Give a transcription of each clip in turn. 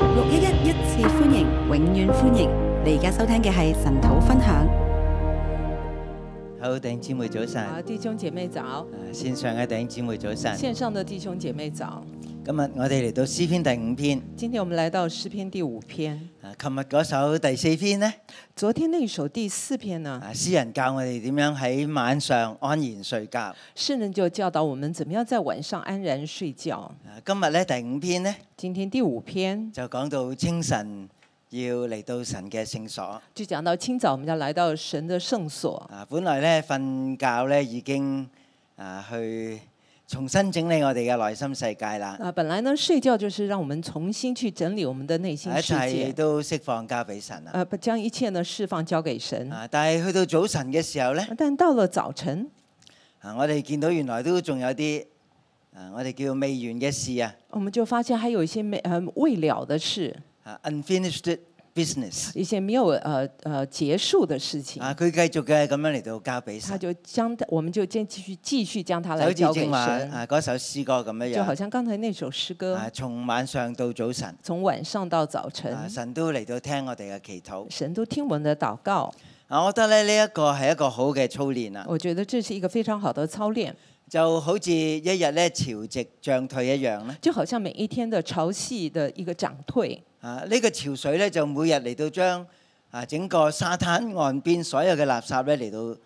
六一一一次歡迎，永遠歡迎！你而家收聽嘅係神土分享。好，弟兄姊妹早晨，啊，弟兄姐妹早，啊線上嘅弟兄姊妹早晨。线上的弟兄姐妹早。今日我哋嚟到詩篇第五篇，今天我们来到诗篇第五篇，啊，琴日嗰首第四篇呢，昨天那首第四篇呢，啊，詩人教我哋點樣喺晚上安然睡覺。啊，诗人就教导我们怎么样在晚上安然睡觉。啊今日咧第五篇呢，今天第五篇就講到清晨要嚟到神嘅聖所。就讲到清早我们要来到神的圣所，啊，本來咧瞓覺咧已經啊去重新整理我哋嘅內心世界啦，啊，本来呢睡觉就是让我们重新去整理我们的内心啊一世切界，都釋放交俾神啦。呃，不将一切呢释放交给神。啊啊，但係去到早晨嘅時候咧。但到了早晨，啊，我哋見到原來都仲有啲啊，我哋叫未完嘅事啊，我们就发现还有一些没呃未了的事，啊 unfinished business 一些没有呃呃结束的事情。啊，佢繼續嘅咁樣嚟到交俾他神，就将它，我们就继续继续将它就来好交似给正話神，啊嗰首詩歌咁樣就好樣像刚才那首诗歌，啊，從晚上到早晨从晚上到早晨，啊，神都嚟到聽我哋嘅祈禱神都聽我们的祷告。啊，我覺得咧呢一個係一個好嘅操練啊，我觉得这是一个非常好的操練，就好似一日咧潮汐漲退一樣咧就好像每一天的潮汐的一个涨退，啊，呢個潮水咧就每日嚟到將啊整個沙灘岸邊所有嘅垃圾咧嚟到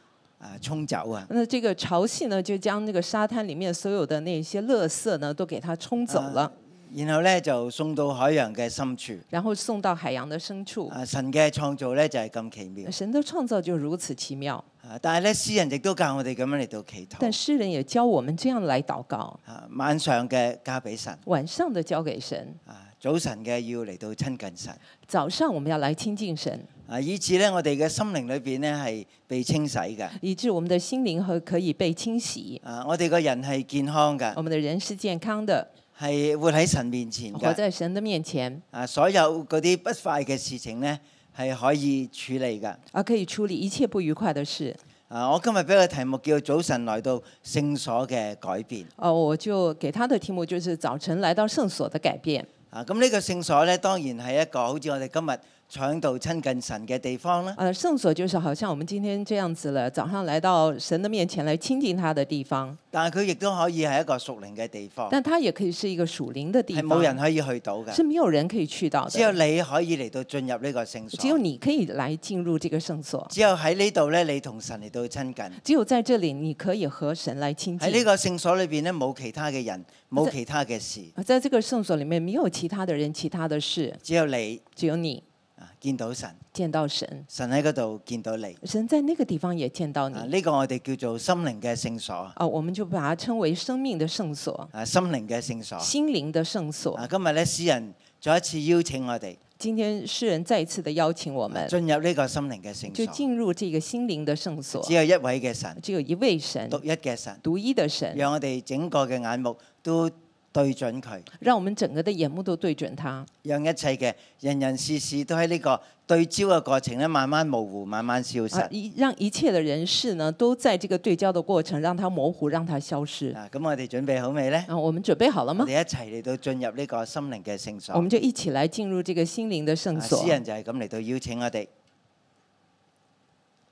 啊沖走啊。那这个潮汐呢，就将那个沙滩里面所有的那些垃圾呢，都给它冲走了，啊然後咧就送到海洋嘅深處。然后送到海洋的深處。啊，神嘅創造咧就係咁奇妙。神的創造就如此奇妙，啊，但係咧詩人亦都教我哋咁樣嚟到祈但禱。詩人也教我们这樣来禱告，啊，晚上嘅交俾神，晚上的交給神，啊，早晨嘅要嚟到親近神。早上我们要来親近神。啊，以至咧我哋嘅心靈裏邊咧係被清洗嘅。以致我们的心灵和可以被清洗，啊，我哋個人係健康我嘅，们的人是健康的，係活喺神面前活嘅。在神的面前，啊，所有嗰啲不快嘅事情咧係可以處理嘅。而啊可以處理一切不愉快的事。啊，我今日俾個題目叫早晨來到聖所嘅改變。呃，我就给他的題目就是早晨來到聖所的改變。啊，咁呢個聖所咧，當然係一個好似我哋今日坐喺度親近神嘅地方啦。呃，聖所就是好像我們今天這樣子了，早上來到神的面前來親近他的地方，但係佢亦都可以係一個屬靈嘅地方，但它也可以是一個屬靈的地哦係方，冇人可以去到是嘅，沒有人可以去到只有的，你可以嚟到進入呢個聖只有所。你可以來進入這個聖所，只有喺呢度咧，你同神嚟到親近。只有在這裡你可以和神來親喺呢近。個聖所裏邊咧，冇其他嘅人，冇其他嘅事，而在這個聖所裡面，沒有其他的人，其他的事，只有你只有你。啊見到神，见到神，神喺嗰度見到你。神在那个地方也见到你啊，啊、呢個我哋叫做心靈嘅聖所，我们就把它称为生命的圣所、啊，心靈嘅聖所。心灵的圣所啊，。今日咧，詩人再一次邀請我哋今天诗人再一次的邀请我们，進入呢個心靈嘅就聖所。进入这个心灵的圣所只，有一位嘅神，只有一位神，獨一嘅神，独一的神，讓我哋整個嘅眼目都對準佢，让我们整个的眼目都对准他，讓一切嘅人人事事都喺呢個對焦嘅過程咧，慢慢模糊，慢慢消失。啊，一让一切的人事呢都在这个对焦的过程，让它模糊，让它消失。啊，咁我哋準備好未呢？啊，我们准备好了我吗？哋一齊嚟到進入呢個心靈嘅聖所。我们就一起来进入这个心灵的圣啊所詩。人就係咁嚟到邀請我哋。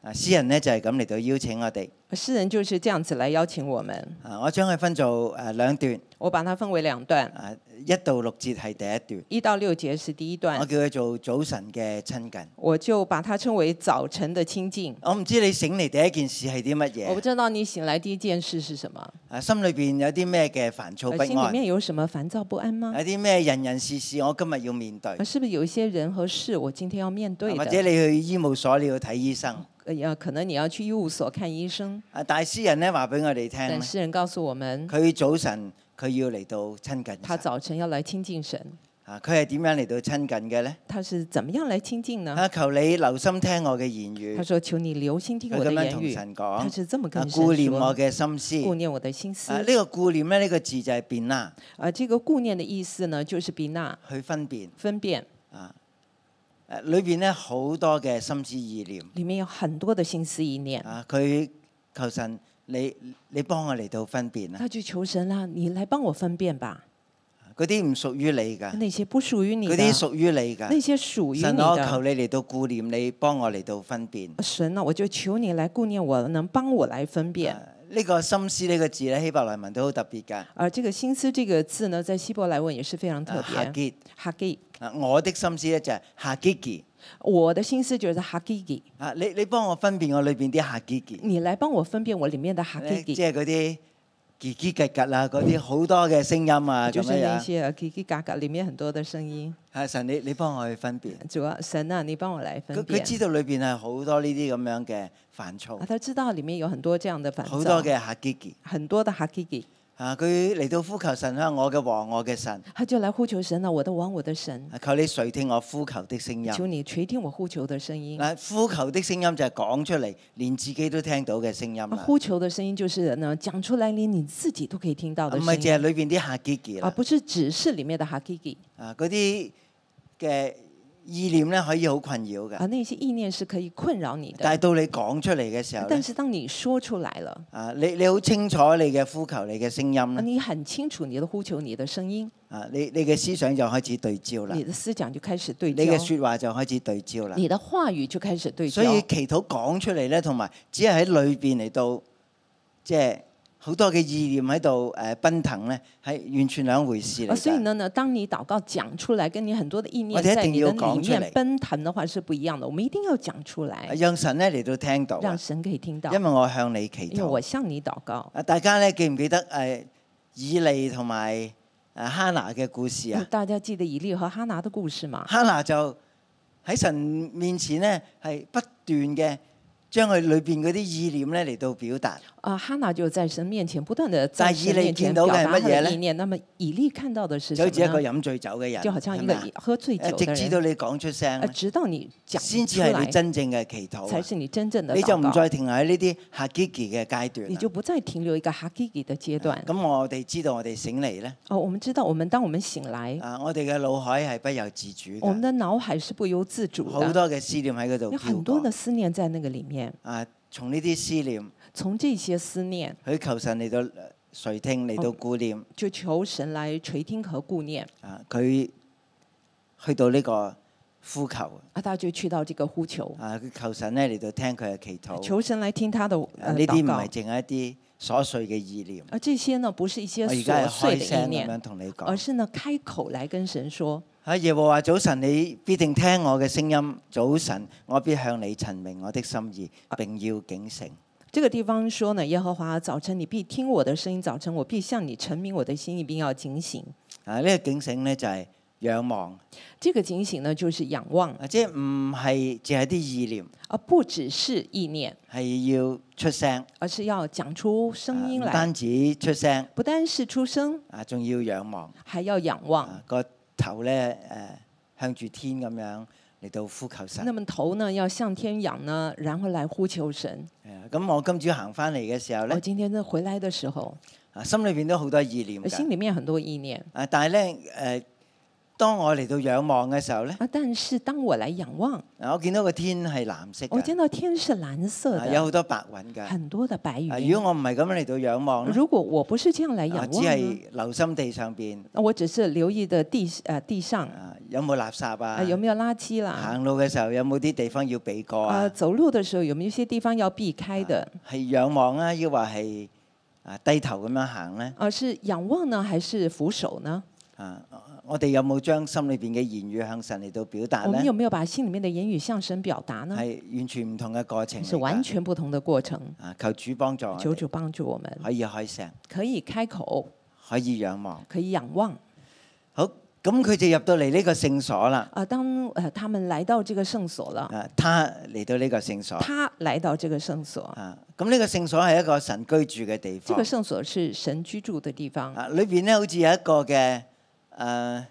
啊，詩人呢就係咁嚟到邀請我哋。啊诗人就是这样子来邀請我们。啊，我將佢分做誒兩段。我把它分为两段。啊，一到六節係第一一到六节是第一段，我段，叫佢做早晨嘅親近。我就把它称为早晨的清净。我唔知你醒嚟第一件事係啲乜嘢我不。知道你醒来第一件事是什么，啊，心裏邊有啲咩嘅煩躁不呃心里安，哎面有什么烦躁不安吗？有啲咩人人事事我今日要面對，啊呃是不是有一些人和事我今天要面對或者的？你去醫務所你要睇醫生。呃要可能你要去醫務所看醫生。啊，大詩人咧話俾我哋聽但呢，诗人告訴我们，佢早晨佢要嚟到親近他神。早晨要來親近神，啊，佢係點樣嚟到親近嘅呢？他是怎么樣來親近呢？啊，求你留心聽我嘅言他語，說：“求你留心聽佢我咁的樣言同語。”神講，他啊，是這麼跟神顧念我說嘅心：“思。顧念我的心思。啊，呢、”個顧念咧，呢、個字就係辨啦，啊，這個顧念的意思呢，就是比那去分辨。分辨，啊，誒裏邊咧好多嘅心思意念。裡面有很多的心思意念。啊，佢求神，你你幫我嚟到分辨啦。啊他就求神啦，你來幫我分辨吧。嗰啲唔屬於你㗎，那些不属于你嗰的，啲屬於你那㗎。些属于你神，我求的。你嚟到顧念你，幫我嚟到分辨。神呢、我就求你来顾念我，能帮我来分辨。啊呢個心思呢個字咧，希伯來文都好特別啊㗎。而这个心思这个字呢，在希伯来文也是非常特啊哈别。結哈基，啊，我的心思咧就係下結結我的心思就是哈基基，啊，你你幫我分辨我裏邊啲下結結，你来帮我分辨我里面的哈基咧即基，係嗰啲結結吉吉啊，嗰啲好多嘅聲音啊咁就是樣那樣。些基基嘎嘎里面很多的声音。啊，神你你幫我去分辨，主啊，神啊，你帮我来佢分佢辨。知道裏邊係好多呢啲咁樣嘅煩躁啊，，他知道里面有很多这样的烦躁，好多嘅下結結。很多的哈基基，啊！佢嚟到呼求神啊，我嘅王，我嘅神，他就来呼求神了、啊我的王，我的神，啊求你垂聽我呼求的聲音。求你垂听我呼求的声音。嗱，呼求的聲音就係講出嚟，連自己都聽到嘅聲音啊啦，呼求的声音就是呢，讲出来连你自己都可以听到啊的唔係声淨係音，裏邊啲下結結而啦，不是只是里面的哈基基啊嗰啲嘅意念咧可以好困擾啊，嘅，那些意念是可以困扰你的。但係到你講出嚟嘅時候但咧，是当你说出来了，啊你你好清楚你嘅呼求，你嘅聲音啊咧，你很清楚你的呼求，你的声音，啊你你嘅思想就開始對焦啦你，的思想就开始对你焦，嘅説話就開始對焦啦，你的话语就开始对焦所。以祈禱講出嚟咧，同埋只係喺裏邊嚟到，即係好多嘅意念喺度誒奔騰咧，係完全兩回事嚟啊，所以㗎。呢呢，当你祷告讲出来，跟你很多的意我念哋一在定你要的讲里出嚟面奔腾的话是不一样的。我们一定要讲出来，啊讓神咧嚟到聽到啊，让神可以听到。因為我向你祈因为我禱。向你祷告。啊，大家咧記唔記得誒、呃以利同埋誒哈拿嘅故事啊？哦大家记得以利和哈拿的故事吗？哈拿就喺神面前咧係不斷嘅將佢裏邊嗰啲意念咧嚟到表達。啊，哈拿就在神面前不断的在但以神利面前见到表嘅係达乜他嘢的呢意念。那么以利看到的是就什好似一么個呢？飲醉酒嘅人，就好像一係个咪啊喝醉酒直的至人到，你講出聲啊咧，直到你讲先至出係来你，真正嘅祈禱才啊。是你真正的你就唔祷告。再停留喺呢啲下基奇嘅階段啊你啦。就不再停留一个哈基基的阶段。咁我哋知道我哋醒嚟咧，哦，我们知道，我们当我们醒来，啊，我哋嘅腦海係不由自主我们嘅，的脑海是不由自主好的，多嘅思念喺嗰度有很飄多過的。思念在那个里面。啊，從呢啲思念，从这些思念，佢求呃神嚟到垂哦聽，嚟到顧念就求神来垂听和顾念啊，佢去到呢個呼求啊，大家就去到这个呼求，啊，佢求神咧嚟到聽佢嘅祈禱。求神来听他的啊呃呢啲祷唔告係。淨係一啲瑣碎嘅意念。而这些呢，不是一些我啊而家琐碎的係開意聲咁念樣，同你而講。是呢开口来跟神说啊！耶和華早晨，你必定聽我嘅聲音。早晨，我必向你陳明我的心意，啊並要警醒。这个地方说呢，耶和华早晨你必听我的声音，早晨我必向你陈明我的心意，并要警醒。啊！呢、個警醒呢，就係仰望，这个警醒呢，就是仰望，啊，即係唔係淨係啲意念，而不只是意念，係要出聲，而是要讲出啊声唔、音来，單止出聲，不单是出声，啊，仲要仰望，还要仰望。啊，個頭呢，誒、向住天咁樣嚟到呼求神那。么头呢要向天仰呢，然后来呼求神。係啊咁我今朝行翻嚟嘅時候我呢，今天呢回来的时候，啊，心裏邊都好多意念我心㗎。里面很多意念啊，但係呢，誒、當我嚟到仰望嘅時候呢。啊，但是当我来仰望，啊，我見到個天係藍色我嘅，见到天是蓝色啊有的，好多白雲㗎。很多的白啊云。如果我唔係咁樣嚟到仰望咧，哎如果我不是这样来仰啊望呢，只係留心地上邊那我只是留意的地呃地上啊有冇垃圾啊啊？有没有垃圾啦？行路嘅時候有冇啲地方要避過啊，啊？走路的时候有没有一些地方要避开的？係仰望啊，抑或係啊低頭咁樣行咧？啊，是仰望呢，还是俯首呢？啊，我哋有冇將心裏邊嘅言語向神嚟到表達我们有咧？没有把心里面的言语向神表达呢？係完全唔同嘅過程嚟是完㗎。全不同的过程。啊，求主幫助我求哋，主帮助我们，可以開聲，可以开口，可以仰望。可以仰望。好，咁佢就入到嚟呢個聖所啦。啊，當呃他们来到這個聖所了，啊，他嚟到呢個聖所。他来到這個聖所，啊，咁呢個聖所係一個神居住嘅地這方個。聖所是神居住的地方，啊，裏邊咧好似有一個嘅誒、呃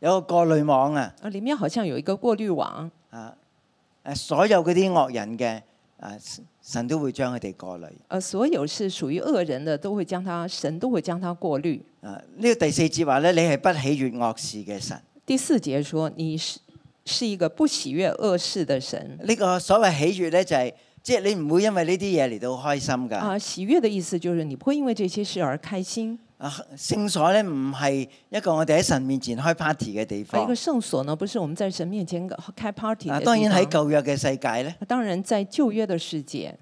有個過濾網啊，啊，里面好像有一個過濾網，啊誒所有嗰啲惡人嘅啊，神都會將佢哋過濾。呃，所有是屬於惡人的都會將他，神都會將他過濾。啊，呢、個第四節話咧，你係不喜悦惡事嘅神。第四節說，你是是一個不喜悦惡事的神。呢、個所謂喜悦咧，就係、即係你唔會因為呢啲嘢嚟到開心㗎。啊啊，喜悦的意思就是你不会因为这些事而開心，啊聖所咧唔係一個我哋喺神面前開 party 嘅地啊而一方个。圣所呢，不是我们在神面前开 party 的啊，地當然喺方舊約嘅世界咧，当然在旧约的世界，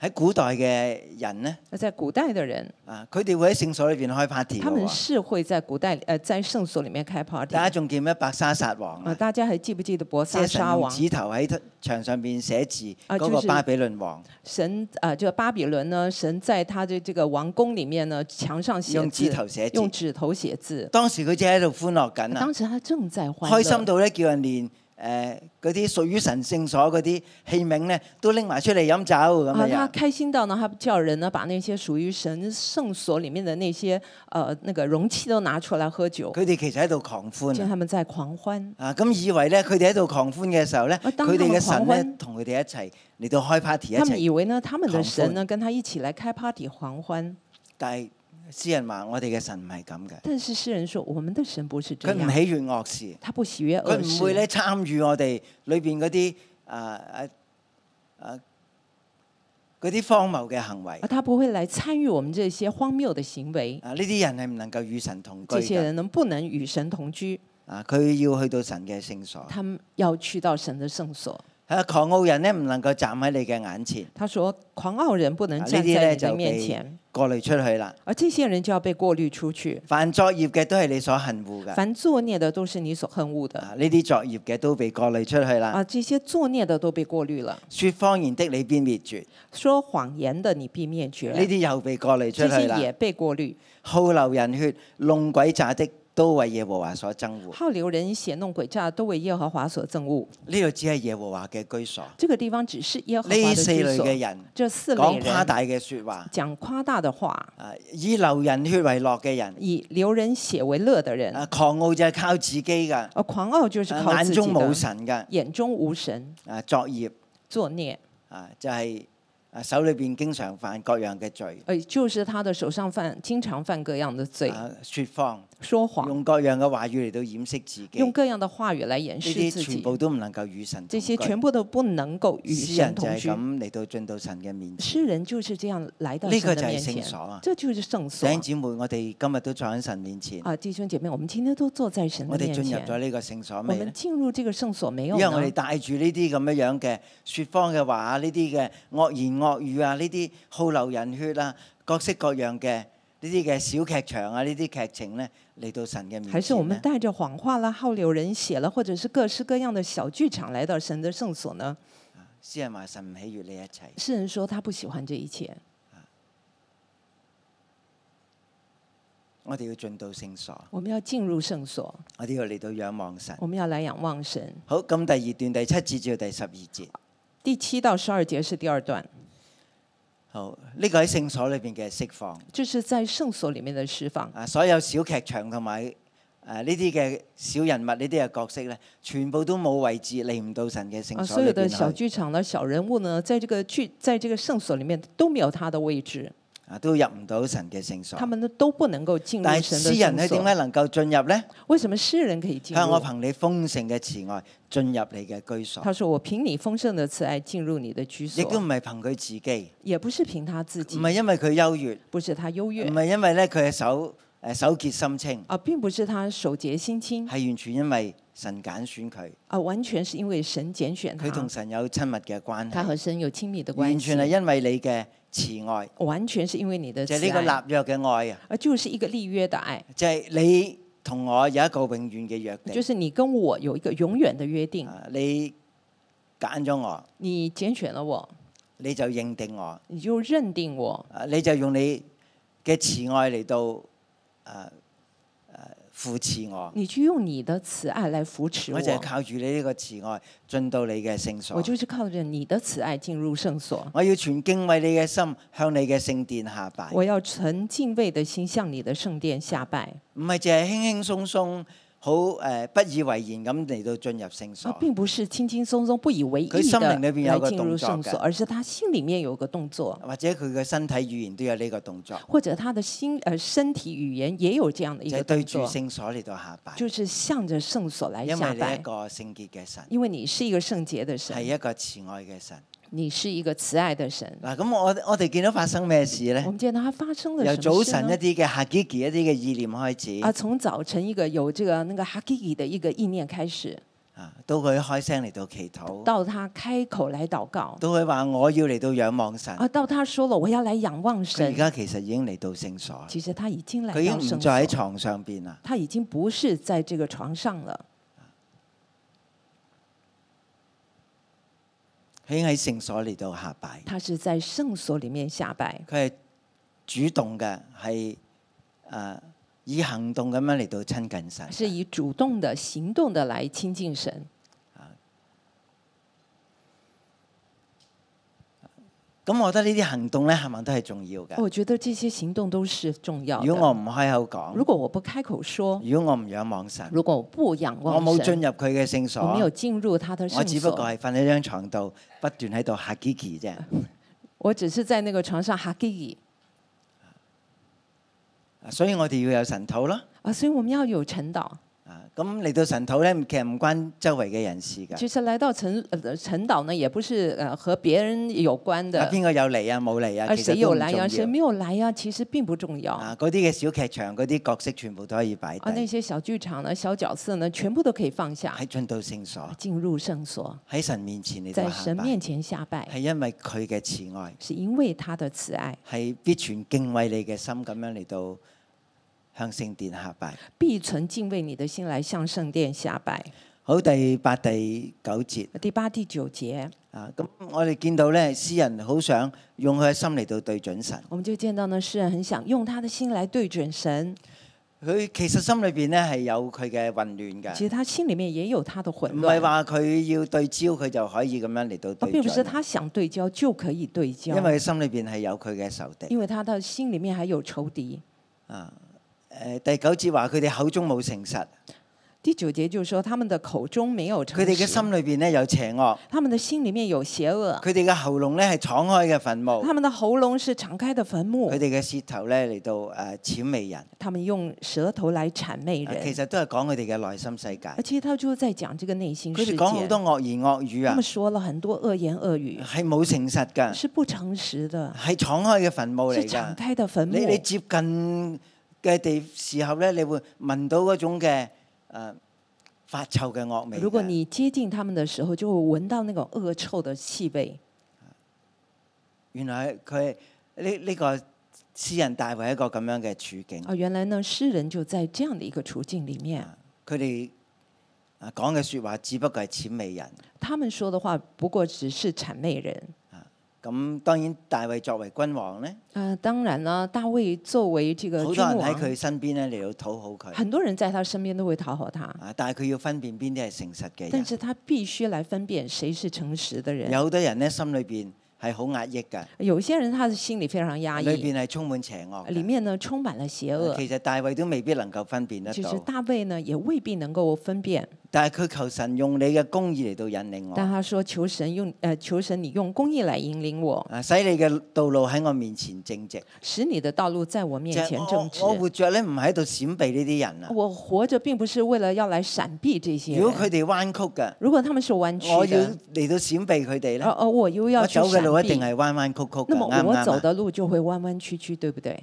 喺古代嘅人咧，那在古代的人，啊，佢哋會喺聖所裏邊開 party 嘅他们喎。是会在古代呃在圣所里面开 party 大啊、家仲記唔記得白沙撒王啊？大家还记不记得伯即沙係神沙用王？指頭喺牆上邊寫字啊嗰就個是巴比倫王，神啊、呃，这个巴比伦呢，神在他的这个王宫里面呢，墙上写字，用指頭寫字用。指头写字。啊當時佢只喺度歡樂緊啊！当时他正在欢乐，開心到咧，叫人連誒嗰啲屬於神聖所嗰啲器皿咧，都拎埋出嚟飲酒咁啊，樣他樣。开心到呢，他叫人呢把那些属于神圣所里面的那些呃那个容器都拿出来喝酒，佢哋其實喺度狂歡就啊！他们在狂欢。啊，咁以為咧，佢哋喺度狂歡嘅時候咧，啊當佢哋佢嘅神咧哋狂歡同佢哋一齊嚟到開 party 一他们以齊。为呢，他们的狂神欢呢跟他一起来开 party 狂欢，但係詩人話：我哋嘅神唔係咁嘅，但是诗人说，我们的神不是这佢唔样，喜悅惡事，他不喜悦佢恶唔會咧事，參與我哋裏邊嗰啲啊啊啊嗰啲荒謬嘅行為。啊，他不会来参与我们这些荒谬的行为。啊，呢啲人係唔能夠與神同居这些嘅。人呢，不能与神同居，啊，佢要去到神嘅聖所。他们要去到神的圣所。啊，狂傲人咧唔能夠站喺你嘅眼前，他说，狂傲人不能啊呢站啲咧在你就的面被前，過濾出去啦。而这些人就要被过滤出去。犯作業嘅都係你所恨惡嘅，凡作孽的都是你所恨恶的啊，呢啲作業嘅都被過濾出去啦。啊！这些作孽的都被过滤了，説謊言的你必滅絕，说谎言的你必灭绝，呢啲又被過濾出这去些啦。也被过滤。好流人血、弄鬼詐的都為耶和華所憎惡。好流人血、弄诡诈，都为耶和华所憎恶。呢度只係耶和華嘅居所。这个地方只是耶和华呢的四居類所。嘅人这四类講誇人大嘅説話，讲夸大的话，啊，以流人血為樂嘅人，以流人血为乐的人，啊，狂傲就係靠自己㗎。啊而狂傲就是靠眼自己中冇的，神嘅眼中无神，啊作業作孽，啊，就係、啊手裏邊經常犯各樣嘅罪，呃，就是他的手上犯，经常犯各样的罪，啊説謊，说谎，用各樣嘅話語嚟到掩飾自己，用呢各样的话语来掩饰自啲全己。部都唔能夠與神这同些居。全部都不能够与詩神人就同係居。咁嚟到進到神嘅面前。诗人就是这样来到呢個神就的係面聖前所，啊！这就是圣所弟兄姊妹，我哋今日都坐喺神面前，啊！弟兄姐妹，我们今天都坐在神的我哋面進入前，咗呢個聖所我未们咧？进入这个圣所没因有為我哋呢？帶住呢啲咁樣樣嘅説謊嘅話啊，呢啲嘅惡言惡語啊，呢啲好流人血啊，各式各樣嘅呢啲嘅小劇場啊，呢啲劇情咧嚟到神嘅还面是我前们咧，带着谎话啦、好流人血了，或者是各式各样的小剧场来到神的圣所呢？詩人話神唔喜悅呢一切。诗人说他不喜欢这一切，我哋要進到聖所，我们要进入圣所，我哋要嚟到仰望神。我们要来仰望神。好，咁第二段第七節至到第十二節，第七到十二节是第二段，好，呢、個喺聖所裏邊嘅釋放这是在圣所里面的释放，啊，所有小劇場同埋誒啊呢啲嘅小人物呢啲嘅角色咧，全部都冇位置嚟唔到神嘅聖啊，所所裏有邊的去小剧场的小人物呢，在这个剧，在这个圣所里面都没有他的位置，啊，都入唔到神嘅聖所他。们呢都不能够进入但係神的詩人圣佢點所。解能夠進入呢？为什么诗人可以进向我入？憑你豐盛嘅慈愛進入你嘅居所，他说：“我凭你丰盛的慈爱进入你的居亦都所唔，係憑佢自己，也不是凭他自唔己，係因為佢優越，不是他优越唔係因為咧佢嘅手誒手潔心清，啊，并不是他手洁心清係完全因為神揀選佢，啊，完全是因为神拣选佢同他，神有親密嘅關他係，和神有亲密的关完系全，係因為你嘅慈愛，完全是因为你的就慈係呢個爱，立約嘅愛啊，而就是一个立约的爱，就係你同我有一個永遠嘅約就定，是你跟我有一个永远的约定。啊你揀咗我，你拣选了我，你就認定我。你就认定我，啊，你就用你嘅慈愛嚟到啊啊扶持我，你去用你的慈爱来扶持我我，就係靠住你呢個慈愛進到你嘅聖所我。就是靠着你的慈爱进入圣所。我要全敬畏你嘅心向你嘅聖殿下拜，我要存敬畏的心向你的圣殿下拜，唔係淨係輕輕鬆鬆、好誒、呃不以為然咁嚟到進入聖而所。并不是轻轻松松不以为意哦佢心的靈裏邊有来個进入動作圣嘅所，而是他心里面有个动作，或者佢嘅身體語言都有呢個動作，或者他的心呃身体语言也有这样的一就係个對动住作，聖所嚟到下拜，就是向着圣所来因下為你一拜，個聖潔嘅神，因为你是一个圣洁的係神，一個慈愛嘅神，你是一个慈爱的神。嗱，咁我我哋見到發生咩事我咧？们见到他发生了由什么早事晨一呢？啲嘅客 i 一啲嘅意念開啊，始，从早晨一个有这个那个哈基伊的一个意念开始，啊，到佢開聲嚟到祈禱，到他开口来祷告，到佢話我要嚟到仰望神。啊，到他说了我要来仰望佢而神。家其實已經嚟到聖所，其实他已经来佢已經到唔圣再喺所，床上邊啦。他已经不是在这个床上了，佢已經喺聖所嚟到下拜，他是在圣所里面下拜，佢係主動嘅，係誒以行動咁樣嚟到親近神。是以主动的行动的来亲近神。咁我覺得呢啲行動咧，冚唪唥都係重要嘅。哦我觉得这些行动都是重要如果我的。唔開口如講，果我不开口说，如果我唔仰望神，如果我不仰我望冇進神，入佢嘅聖我没有所，进入他的我圣只不過所，係瞓喺張床度，不斷喺度嚇 Gigi 啫。我只是在那个床上哈基伊啊所以我哋要有神土咯。啊，所以我们要有晨祷。啊，咁嚟到神土咧，其實唔關周圍嘅人事㗎。其实来到晨呃晨岛呢，也不是呃和别人有关啊，的，邊個有嚟啊？冇嚟啊？而其實谁都有唔来呀，谁重没有来呀，其实并不重要要。啊，嗰啲嘅小劇場，嗰啲角色全部都可以擺啊，那低，些小剧場呢、小角色呢，全部都可以放下，喺進到聖所，进入圣所，喺神面前嚟在到下神拜，面前下拜，係因為佢嘅慈愛，是因为他的慈愛，係必存敬畏你嘅心咁樣嚟到向聖殿下拜。必存敬畏你的心来向圣殿下拜。好，第八、第九節。第八、第九節，啊，咁我哋見到咧，詩人好想用佢嘅心嚟到對準神。我们就见到呢，诗人很想用他的心来對準神，佢其實心裏邊咧係有佢嘅混亂嘅，其實他心里面也有他的混唔係亂，話佢要對焦佢就可以咁樣嚟到而對并不是準，他想對焦就可以對焦，因為佢心裏邊係有佢嘅仇敵。因为他的心里面还有仇敵。誒、呃第九節話佢哋口中冇誠實，第九節就是說，他们的口中沒有佢誠哋嘅實，心裏邊咧有邪惡，他們的心里面有邪惡，佢哋嘅喉嚨咧係敞開嘅墳墓，他們的喉嚨是敞開的墳墓佢。哋嘅舌頭咧嚟到誒淺媚人。他们用舌头来谄媚啊其人，實都係講佢哋嘅內心世界。而且他就在讲这个内心佢世哋界。講好多惡言惡語他啊们，说了很多恶言恶语，係冇誠實㗎，是不诚實的，係敞開嘅墳墓是嚟敞㗎。开的墳你你墓。接近嘅地時候咧，你會聞到嗰種嘅誒、呃、發臭嘅惡味嘅。如果你接近他们的时候，就会闻到那种恶臭的气味。原來佢呢呢個詩人大衛一個咁樣嘅處境，啊，原来呢，诗人就在这样的一个处境里面，佢哋啊講嘅説話只不過係淺美人。他们说的话不过只是谄媚人。咁當然大衛作為君王咧，呃，当然呢，大卫作为这个好多君人喺王，佢身邊咧嚟到討好佢。很多人在他身邊都会讨好他，啊！但係佢要分辨邊啲係誠實嘅但人，是他必须来分辨谁是诚實的人。有好多人咧心裏邊係好壓抑㗎，有些人他的心里非常压裏抑，啊邊係充滿邪惡里嘅。面呢充满了邪恶。其實大衛都未必能夠分辨得其到实。大卫呢也未必能够分辨，但係佢求神用你嘅公義嚟到引領但我，他说求神用呃求神你用公义来引领我，啊，使你嘅道路喺我面前正直。使你的道路在我面就係前我正直我。我活着咧，唔係喺度閃避呢啲人啊。我活着并不是为了要来闪避这些人如果佢哋彎曲嘅，如果他们是弯曲我要的，嚟到閃避佢哋咧，而而我又要我去走嘅路闪一定避，係彎彎曲曲那嘅，么啱唔我走啱啊？的路就会弯弯曲曲，对不对？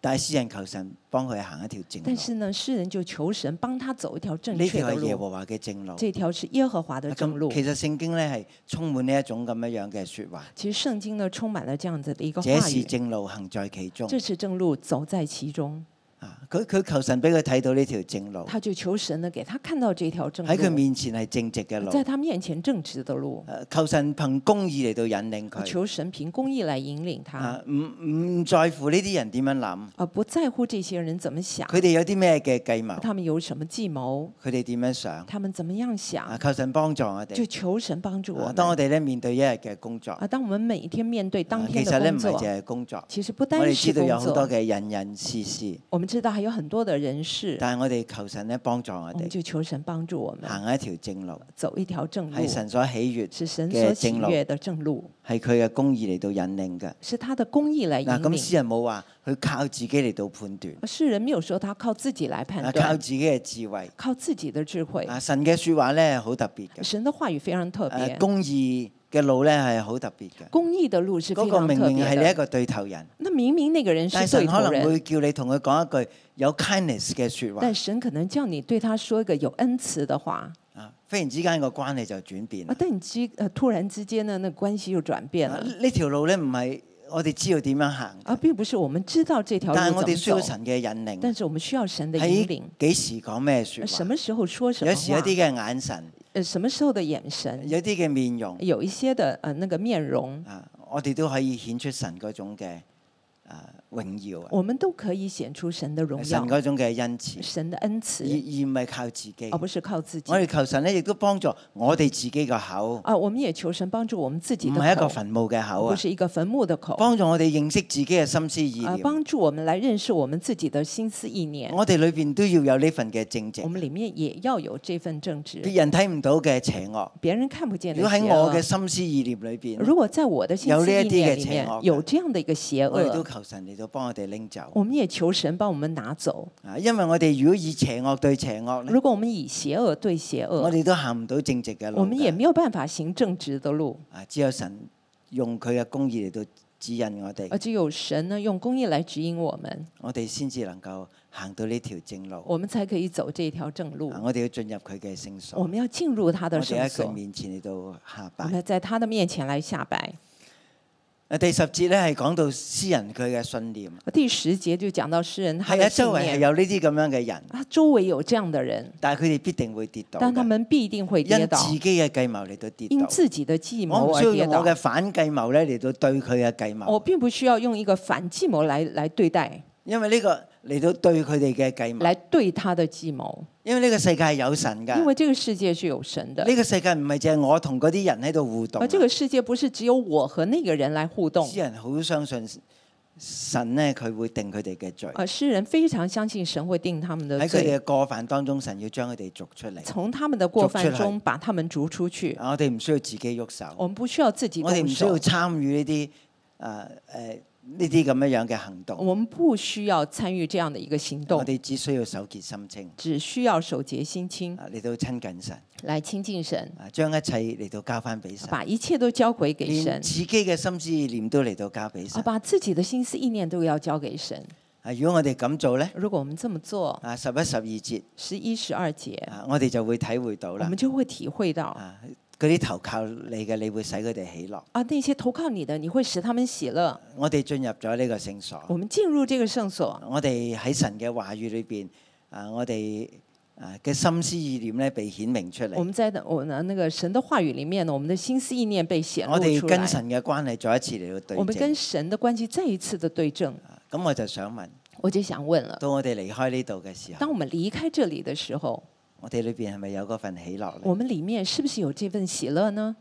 但係詩人求神幫佢行一條正但路，是呢，世人就求神帮他走一条正呢确條的係耶路，和華嘅正路。啊这条是耶和华的正路咁。其實聖經咧係充滿呢一種咁樣樣嘅説話，其实圣经呢充满了这样子的一个這话是语，正路，行在其中这。是正路，走在其中。啊，佢佢求神俾佢睇到呢條正路，他就求神呢给他看到这条正喺佢路，面前係正直嘅路。在他面前正直的路，誒求神憑公義嚟到引領佢，求神凭公义来引领他，啊唔唔在乎呢啲人點樣諗，而不在乎這些人怎么想，佢哋有啲咩嘅計謀，他们有什么计謀，佢哋點樣想，他们怎么样啊想，求神幫助我就哋。求神帮助我啊们。當我哋咧面對一日嘅工作，啊，當我们每一天面对当啊天其的實咧工唔係作，淨係工作，其实不我单哋知是道工有好多作，嘅人人事事，我们知道还有很多的人事，但係我哋求神咧幫助我我们哋就求神帮助我们行一條正路，走一条正路係，神所喜悅，是神嘅所喜正路悦的正路，係佢嘅公義嚟到引領嘅。是他的公义来引嗱，咁领。詩人冇話去靠自己嚟到判斷，世人没有说他靠自己来判啊靠断，自己嘅智慧。靠自己的智慧。啊神嘅説話咧好特別嘅，神的话语非常特誒别，啊公義嘅路咧係好特別嘅。公义的路是嗰非個常明特明别係你一的。個對頭人，那明明那个人但是係神对可頭能人，會叫你同佢講一句有 kindness 嘅説話但，神可能叫你对他说一个有恩慈的话，啊，忽然之間個關係就轉變啊啦。，但你之呃突然之间呢，那关系又转变啊了呢條路咧唔係我哋知道點樣行，啊，并不是我们知道这条但係路我哋需怎要么走，神嘅引領。但是我们需要神的引喺领。幾時講咩呃説什話？么时候說什哎有么時有话啲，嘅眼神，呃，什么时候的眼神，有啲嘅面容有一些的呃那个面容，啊，我哋都可以顯出神嗰種嘅啊榮耀啊，我们都可以顯出神的榮神耀，嗰種嘅恩慈，神的恩而而慈，唔係靠自己而。不是靠自己我。哋求神咧，亦都幫助我哋自己個口，唔啊，我们也求神帮助我们自己係的一個口，墳墓嘅口不啊，是一个墳墓的口，幫助我哋認識自己嘅心思意啊，念。帮助我们来认识我们自己的心思意念。我哋裏邊都要有呢份嘅正直我，们里面也要有这份正直，別人睇唔到嘅邪惡。别人看不见如的果喺邪我恶嘅。心思意念裏邊，如果在我的心有思呢一意啲念嘅里邪面惡有嘅这样的一个邪我哋都恶，求神嚟到幫我哋拎走。我们也求神帮我们拿走。啊，因為我哋如果以邪惡對邪惡咧，如果我们以邪恶对邪我恶，哋都行唔到正直嘅路我们也㗎。没有办法行正直的路，啊，只有神用佢嘅公義嚟到指引我哋，而啊只有神呢用公义来指引我们，我哋先至能夠行到呢條正路。我们才可以走这条正路啊。我哋要進入佢嘅聖我所，们要进入他我的哋圣喺佢所，面前嚟到下我拜们。要在他的面前来下拜。啊，第十節咧係講到詩人佢嘅信念，啊第十节就讲到诗人他係啊，的信周圍係念，有呢啲咁樣嘅人，他周围有这样的人，但係佢哋必定會跌倒但他㗎，们必定会跌因倒自，己嘅計謀嚟到跌因倒。自己的计我谋唔需要而跌用我倒。嘅反計謀咧嚟到對佢嘅計我謀，并不需要用一个反计谋来来对待，因為呢個嚟到對佢哋嘅計謀，来对他的计谋，因為呢個世界係有神㗎。因为这个世界是有神的。呢個世界唔係淨係我同嗰啲人喺度互動啊，而这个世界不是只有我和那个人来互动詩，人好相信神咧，佢會定佢哋嘅罪，而呃诗人非常相信神会定他们的喺佢罪，哋嘅過犯當中，神要將佢哋逐出嚟。从他们的过逐犯出来中把他们逐出去。我哋唔需要自己喐手，我们不需要自己我哋动唔需要手，參與呢啲誒誒呢啲咁樣樣嘅行動，我们不需要参与這样的一个行我动，哋只需要手潔心清，只需要守节心清啊嚟到親近神，来亲近神，啊將一切嚟到交翻俾神，把一切都交回给連神，自己嘅心思意念都嚟到交俾啊，神。把自己的心思意念都要交给神。啊，如果我哋咁做咧，如果我们这么做，啊十一十二節十一、十二节，啊，我哋就會體會到我啦们。就会体会到啊，嗰啲投靠你嘅，你會使佢哋喜樂。啊，那些投靠你的，你会使他们喜乐。我哋進入咗呢個聖我所，们进入这个圣所，我哋喺神嘅話語裏邊，啊，我哋啊嘅心思意念咧被顯明出我嚟。们在我呢那个神的话语里面呢，我们的心思意念被显露我哋出来。跟神嘅關係再一次嚟到我對们正跟。神的关系再一次的对证。啊咁我就想問，我就想问了，到我哋離開呢度嘅時当候，我们离开这里的时候，我哋裏邊係咪有嗰份喜樂我咧？们里面是不是有这份喜乐呢？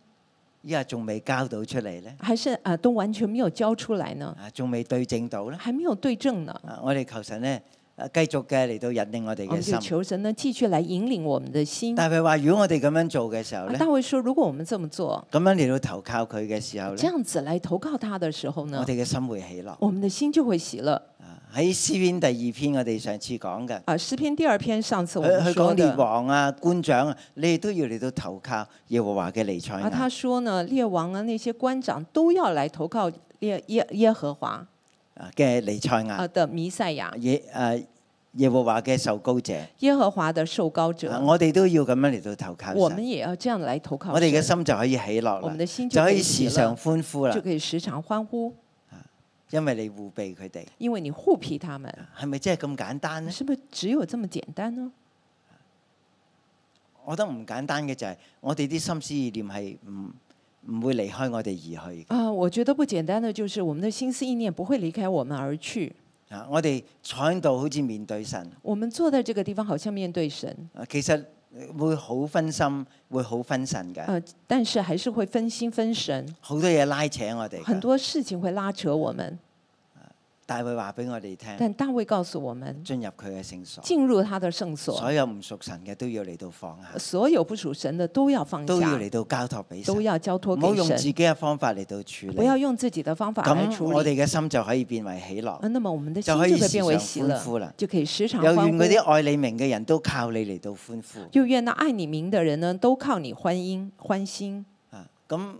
依家仲未交到出嚟咧，还是啊、都完全没有交出来呢？啊，仲未對正到咧。还没有对证呢？啊，我哋求神咧，啊，繼續嘅嚟到引領我哋我嘅们就心。求神呢继续来引领我们的心。啊但係話，如果我哋咁樣做嘅時候咧，啊大卫说，如果我们这么做，咁樣嚟到投靠佢嘅時候啊这咧，样子来投靠他的时候呢我，哋嘅心會喜樂。我们的心就会喜乐。啊喺詩篇第二篇，我哋上次講嘅，啊，诗篇第二篇上次我佢们佢说講列的王啊、官長啊，你哋都要嚟到投靠耶和華嘅尼賽啊，他亞。说呢，列王啊那些官长都要来投靠耶耶耶和华啊嘅尼賽啊亞，的弥赛亚，耶誒耶和華嘅受高者，耶和华的受膏啊者，我哋都要咁樣嚟到投靠我神们，也要这样来投靠我哋嘅神心就可以喜樂我啦們的，心就就可可以以喜時樂常歡呼啦就，可以时常欢呼，因為你護庇佢哋，因为你护庇他们，係啊咪真係咁簡單呢？是不是只有这么简单呢？我覺得唔簡單嘅就係我哋啲心思意念係唔唔會離開我哋而去嘅啊，我觉得不简单的就是我们的心思意念不会离开我们而去，啊！我哋坐喺度好似面對神。我们坐在这个地方好像面对神，啊，其實會好分心，會好分神嘅，呃，但是还是会分心分神，好多嘢拉扯我哋很㗎。多事情会拉扯我们。大衛話俾我哋聽，但大衛告诉我们，進入佢嘅聖所，进入他的圣所所，有唔屬神嘅都要嚟到放下，所有不属神的都要放都要下，嚟到交託俾神都，要交托唔好给用自己神，嘅方法嚟到處不理。要用自己的方法来咁处我理。哋嘅心就可以變為喜樂啊，。那么我们的心就可以就会变为时常喜欢乐呼了，就可以时常有欢願呼嗰。啲愛你明嘅人都靠你嚟到歡呼就愿那爱你名的人呢，都靠你欢欣欢欣。啊！咁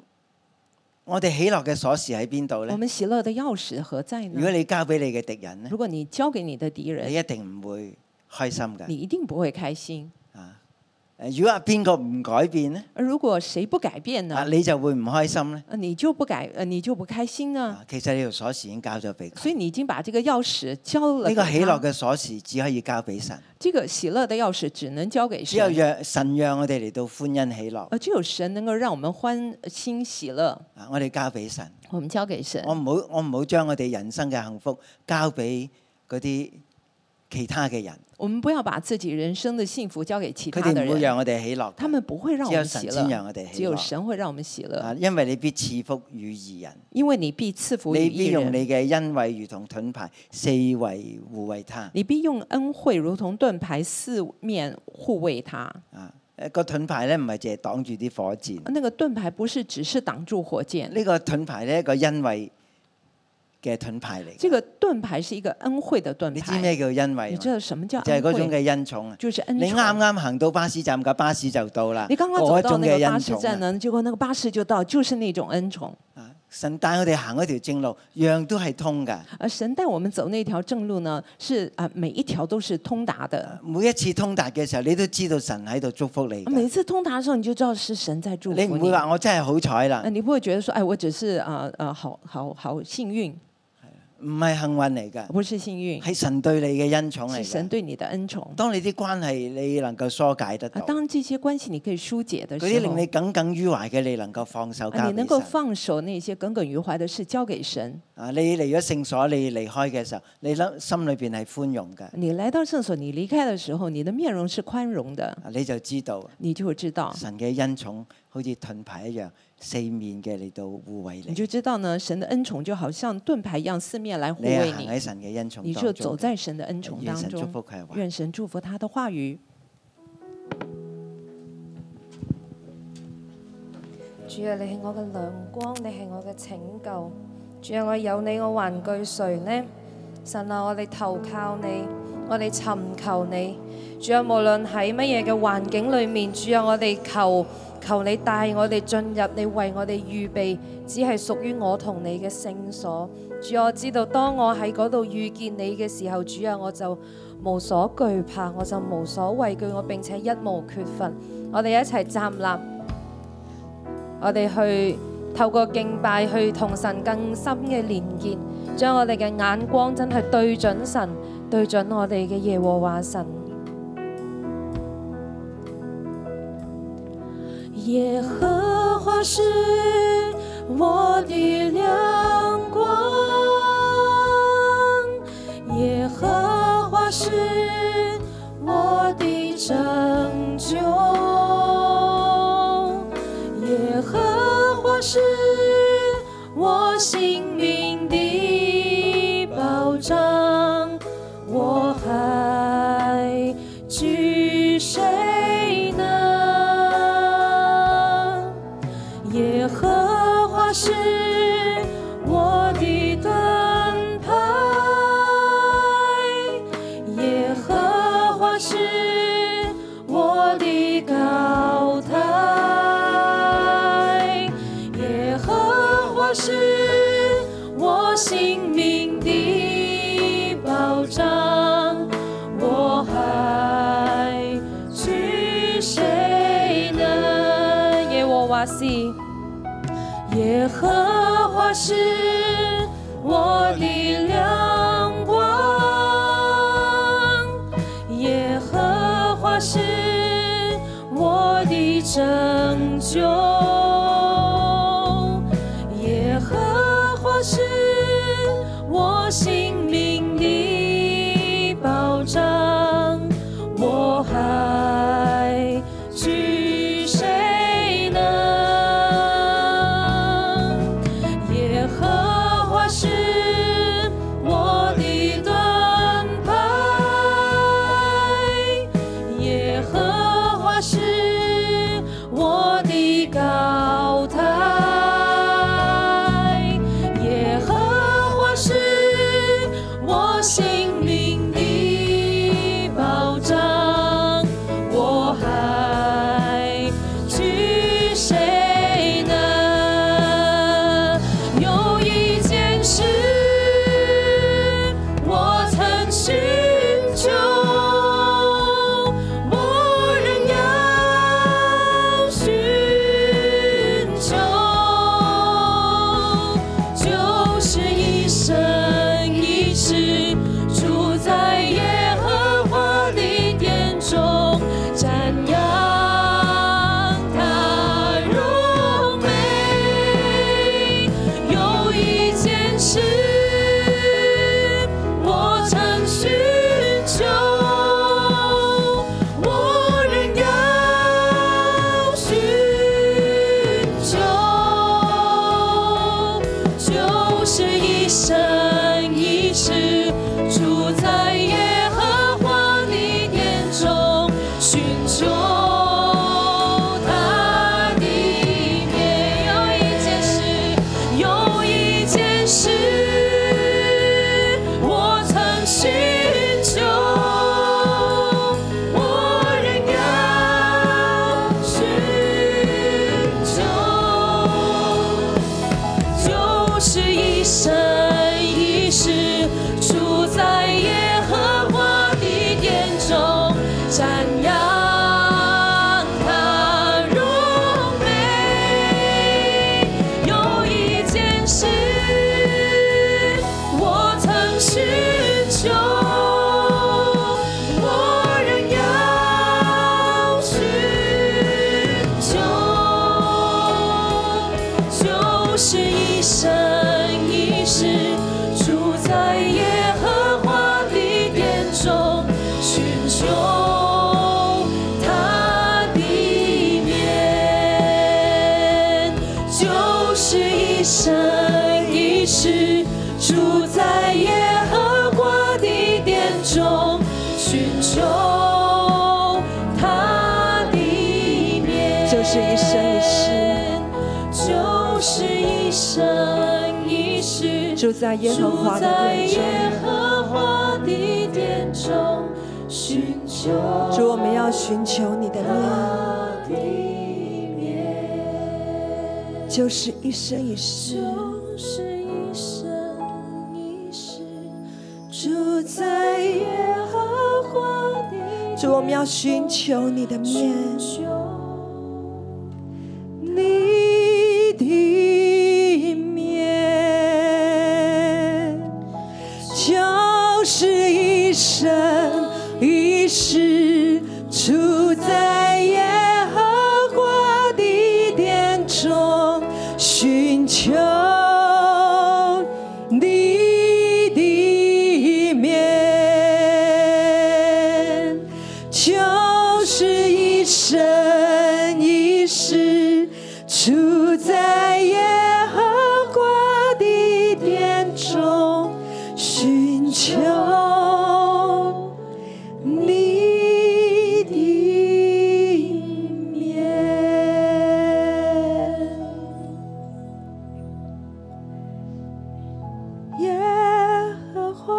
我哋喜樂嘅鎖匙喺邊度我呢？们喜乐的钥匙何在如果呢？你交俾你嘅敵人呢，如果你交给你的敌你人，一定唔會開心你㗎。一定不会开心。誒如果話邊個唔改變呢？而如果谁不改变呢啊，，你就會唔開心呢。呃你就不改，呃，你就不开心呢。啊其實你條鎖匙已經交咗俾所佢，以你已经把这个钥匙交了呢给個他。啊喜樂嘅鎖匙只可以交俾神，这个喜乐的钥匙只能交给只有神。讓神讓我哋嚟到歡欣喜樂。呃，只有神能够让我们欢欣喜乐。啊，我哋交俾神，我们交给神我，唔好我唔好將我哋人生嘅幸福交俾嗰啲其他嘅人，我们不要把自己人生的幸福交给其佢他的哋唔會人，讓我哋喜樂㗎。他们不会让我只有们神喜先乐，讓我哋只喜有樂。神会让我们喜乐啊，。因為你必賜福與義人，因为你必赐福于你一必用人，你嘅恩惠如同盾牌，四圍護衛他。你必用恩惠如同盾牌四面护卫他。啊啊，誒個盾牌咧唔係淨係擋住啲火箭，那个盾牌不是只是挡住火箭，呢個盾牌咧個恩惠嘅盾牌嚟这㗎。个盾牌是一个恩惠的盾你知牌。咩叫恩惠你嗎？知道什么叫就係恩嗰種惠？嘅恩寵啊！就是恩你宠。啱啱行到巴士站，架巴士就到啦。你剛剛嗰走種到那嘅个巴恩士站寵啊呢，结果那个巴士就到，就是那种恩宠。啊！神帶我哋行嗰條正路，樣都係通㗎。而呃神带我们走那条正路呢，是啊，每一条都是通达的。每一次通達嘅時候，你都知道神喺度祝福你㗎。每一次通达的时候，你就知道是神在祝福嗯你唔會話我真係好彩啦呃，你不会觉得说，哎，我只是啊啊，好好好幸运，哎唔係幸運嚟㗎，不是幸运，係神對你嘅恩寵是嚟神㗎。对你的恩宠。當你啲關係你能夠疏解得啊，到，嗰当这些关系你可以疏解的时啲候令，你耿耿於懷嘅，你能夠放手啊，交你能俾够神。放手那些耿耿于怀的事交给神。啊，你嚟咗聖所，你離開嘅時候，你諗心裏邊係寬容㗎，你来到圣所，你离开的时候，你的面容是宽容的，啊你就知道。你就会知道，神嘅恩寵好似盾牌一樣，四面嘅嚟到護衛你你。就知道呢，神的恩宠就好像盾牌一样，四面来护你哎係卫行你，喺神嘅恩寵你就當走中，在神的恩宠願当神祝中。福佢話。愿神祝福他的话语。主啊，你係我嘅亮光，你係我嘅拯救。主啊，我有你，我還懼誰呢？神啊，我哋投靠你，我哋尋求你。主啊，無論喺乜嘢嘅環境裏面，主啊，我哋求求你帶我哋進入你為我哋預備，只係屬於我同你嘅聖所。主啊，我知道當我喺嗰度遇見你嘅時候，主啊，我就無所懼怕，我就無所畏懼，我並且一無缺乏。我哋一齊站立。我哋去透過敬拜去同神更深嘅連結，將我哋嘅眼光真係對準神，對準我哋嘅耶和華神。耶和華是我的亮光，耶和華是我的拯救。耶和华是我性命的保障，我还惧谁呢？耶和华是我的盾牌，耶和华是我的高台，耶和华是我性命的保障，我还惧谁呢？耶和华是。耶和华是我的亮光，耶和华是我的拯救，耶和华是我性命的保障，我还惧谁呢？耶和华是我生一世住在耶和华的殿中，寻求他的面。就是一生一世，就是一生一世住在耶和华的在殿耶中。和华的殿中，寻求主，我们要寻求你的面，他的面。就是一生一世就是一生一世住在耶和华的主，我们要寻求你的面，中。你的面，就是一生一世住在耶和华的殿中，寻求你的面。就是一生一世住在耶和华的殿中，寻求你的面。耶和华。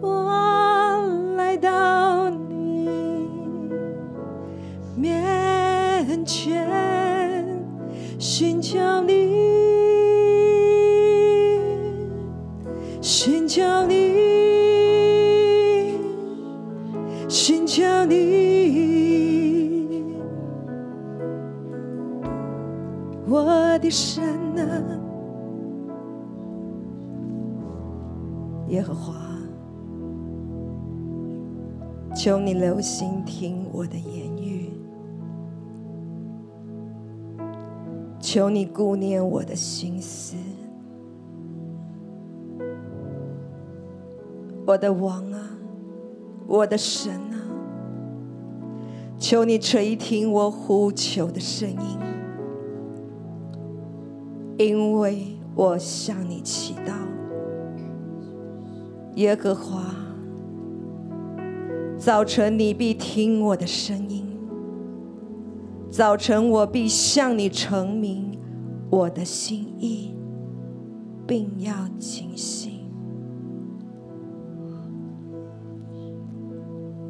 我来到你面前，寻求你，寻求你，寻求你，我的神啊，耶和华。求你留心听我的言语，求你顾念我的心思，我的王啊，我的神啊，求你垂听我呼求的声音，因为我向你祈祷，耶和华。早晨你必听我的声音，早晨我必向你澄明我的心意，并要警醒。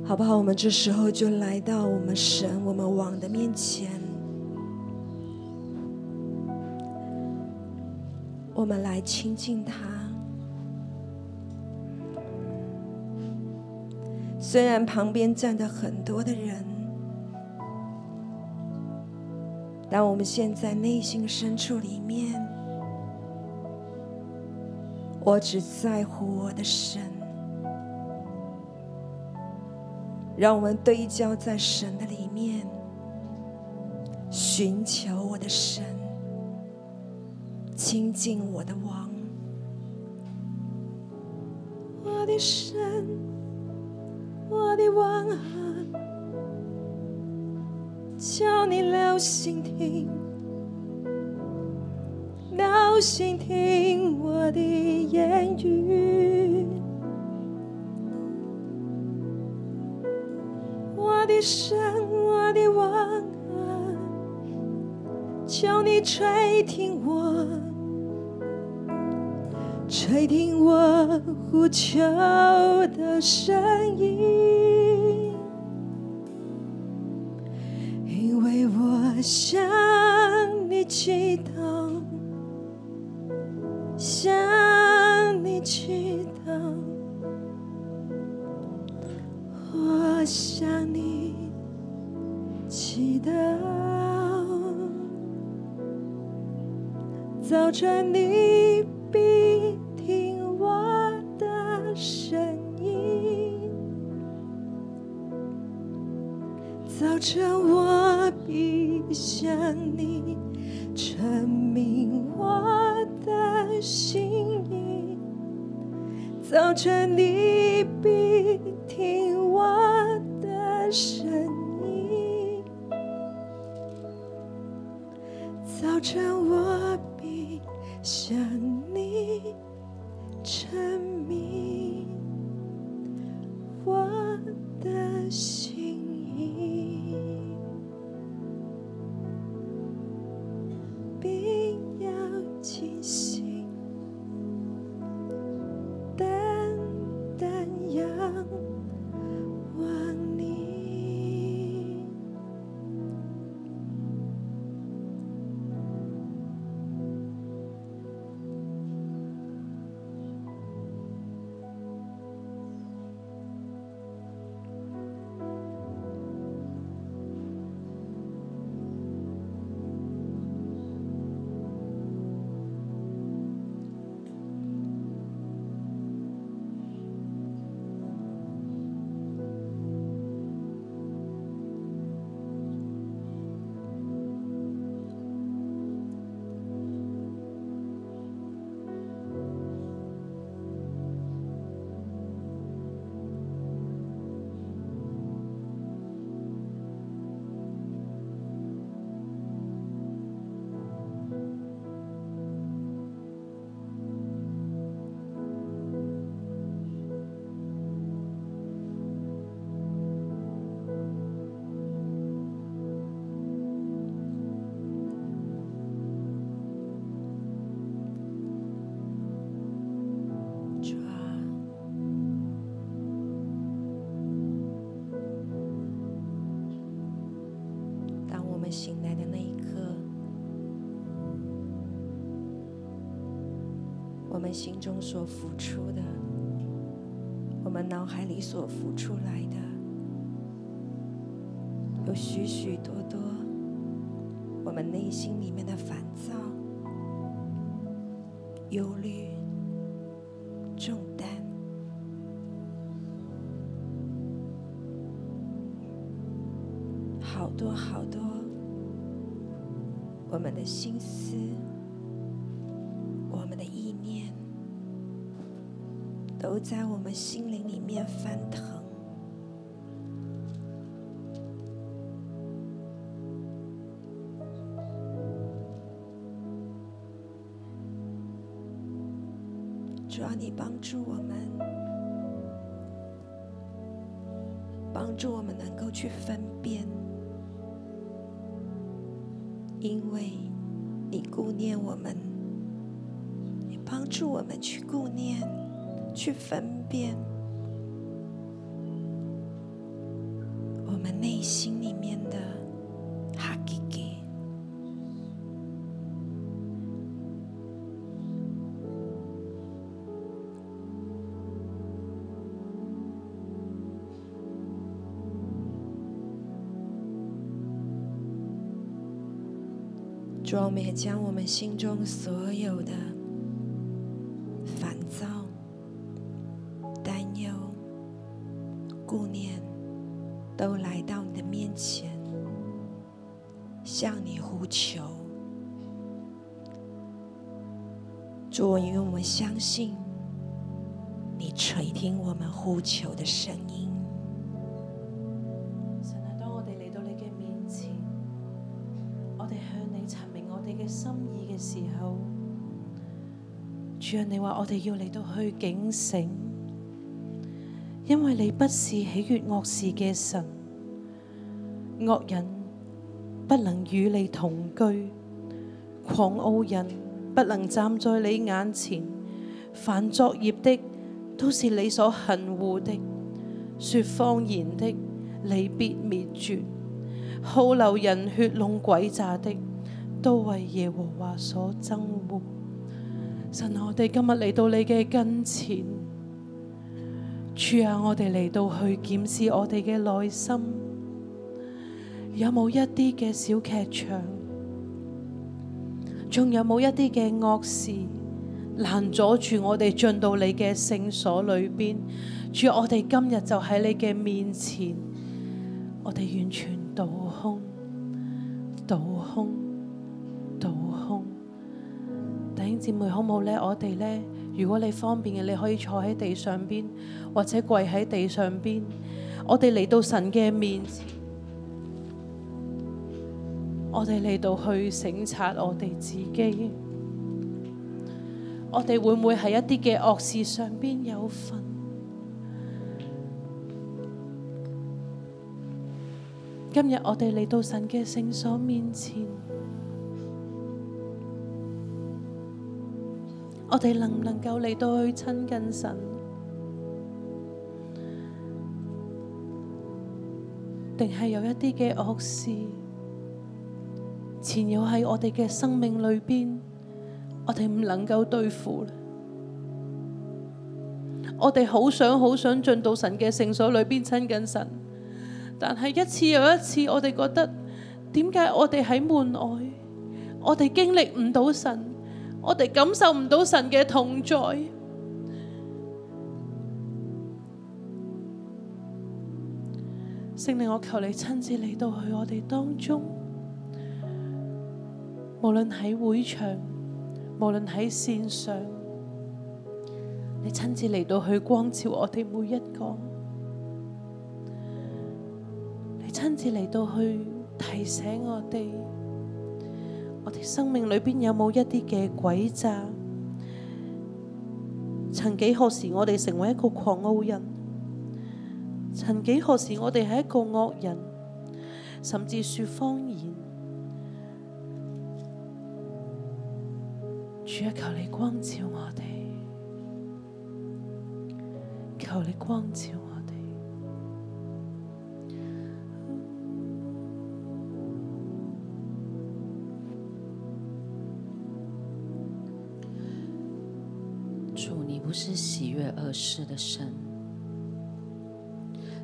好不好？我们这时候就来到我们神、我们王的面前，我们来亲近他。虽然旁边站着很多的人，但我们现在内心深处里面，我只在乎我的神。让我们对焦在神的里面，寻求我的神，亲近我的王，我的神。我的王啊，叫你留心听，留心听我的言语。我的神，我的王啊，求你垂听我，垂听我呼求的声音，因为我向你祈祷，向你祈祷，我向你祈祷。早晨你必听我的声音，早晨我必向你阐明我的心意，早晨你必听我的声音。早晨我必向你沉迷，我的心意，并要清醒，单单仰望你。主啊，当我们醒来的那一刻，我们心中所浮出的，我们脑海里所浮出来的，有许许多多我们内心里面的烦躁、忧虑。重担。好多好多，我们的心思，我们的意念，都在我们心灵里面翻腾。主要你帮助我们，帮助我们能够去分辨，因为你顾念我们，你帮助我们去顾念，去分辨我们内心里面的哈吉吉。主啊，我们也将我们心中所有的烦躁、担忧、顾念，都来到你的面前，向你呼求。主啊，因为我们相信你垂听我们呼求的声音。神啊，當我哋嚟到你嘅面前，我哋向你陳明我哋嘅心意嘅時候，主啊，你話我哋要嚟到去警醒，因為你不是喜悦惡事嘅神，惡人不能與你同居，狂傲人不能站在你眼前，凡作孽的都是你所恨惡的，說謊言的。你必滅絕。好流人血弄鬼詐的，都為耶和華所憎惡。神啊，我哋今日嚟到你嘅跟前，主啊，我哋嚟到去檢視我哋嘅內心，有冇一啲嘅小劇場，仲有冇一啲嘅惡事，攔阻住我哋進到你嘅聖所裏邊。主，啊我哋今日就喺你嘅面前，我哋完全倒空、倒空、倒空。弟兄姊妹好唔好咧？我哋咧，如果你方便嘅，你可以坐喺地上邊，或者跪喺地上邊。我哋嚟到神嘅面前，我哋嚟到去省察我哋自己，我哋會唔會喺一啲嘅惡事上邊有份？今日我哋嚟到神嘅聖所面前，我哋能唔能夠嚟到去親近神？定係有一啲嘅惡事纏繞喺我哋嘅生命裏邊，我哋唔能夠對付啦我哋好想好想進到神嘅聖所裏邊親近神，但係一次又一次，我哋覺得點解我哋喺門外，我哋經歷唔到神，我哋感受唔到神嘅同在。聖靈，我求你親自嚟到去我哋當中，無論喺會場，無論喺線上，你親自嚟到去光照我哋每一個，你親自嚟到去提醒我哋，我哋生命裏邊有冇一啲嘅詭詐？曾幾何時，我哋成為一個狂傲人。曾幾何時，我哋係一個惡人，甚至説謊言。主啊，求你光照我哋，求你光照我哋。主，你不是喜悦恶事的神，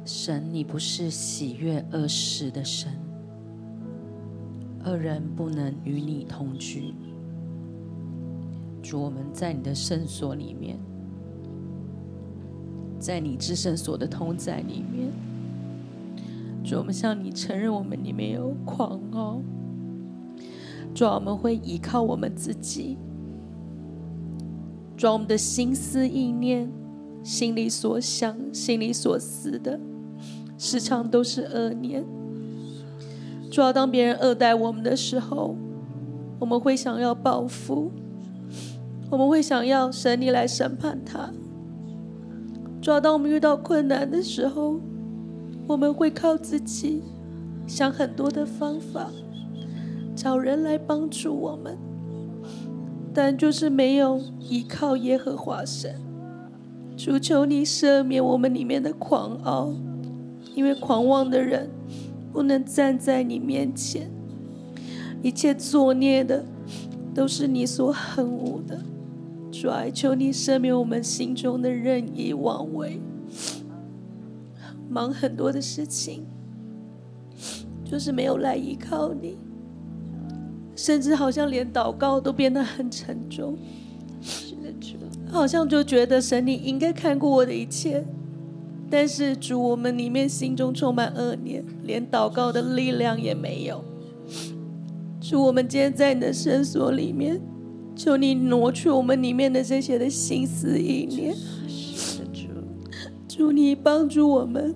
神，你不是喜悦恶事的神，恶人不能与你同居。主，我们在你的圣所里面，在你至圣所的同在里面，主，我们向你承认我们里面有狂傲，主啊，我们会依靠我们自己。主啊，我们的心思意念、心里所想、心里所思的，时常都是恶念。主啊，当别人恶待我们的时候，我们会想要报复，我们会想要神你来审判他。主啊，当我们遇到困难的时候，我们会靠自己，想很多的方法，找人来帮助我们。但就是没有依靠耶和华神。主求你赦免我们里面的狂傲，因为狂妄的人不能站在你面前。一切作孽的都是你所恨恶的。主啊，求你赦免我们心中的任意妄为，忙很多的事情，就是没有来依靠你。甚至好像连祷告都变得很沉重。好像就觉得神你应该看顾我的一切，但是主，我们里面心中充满恶念，连祷告的力量也没有。主，我们今天在你的圣所里面，求你挪去我们里面的这些的心思意念。主，你帮助我们，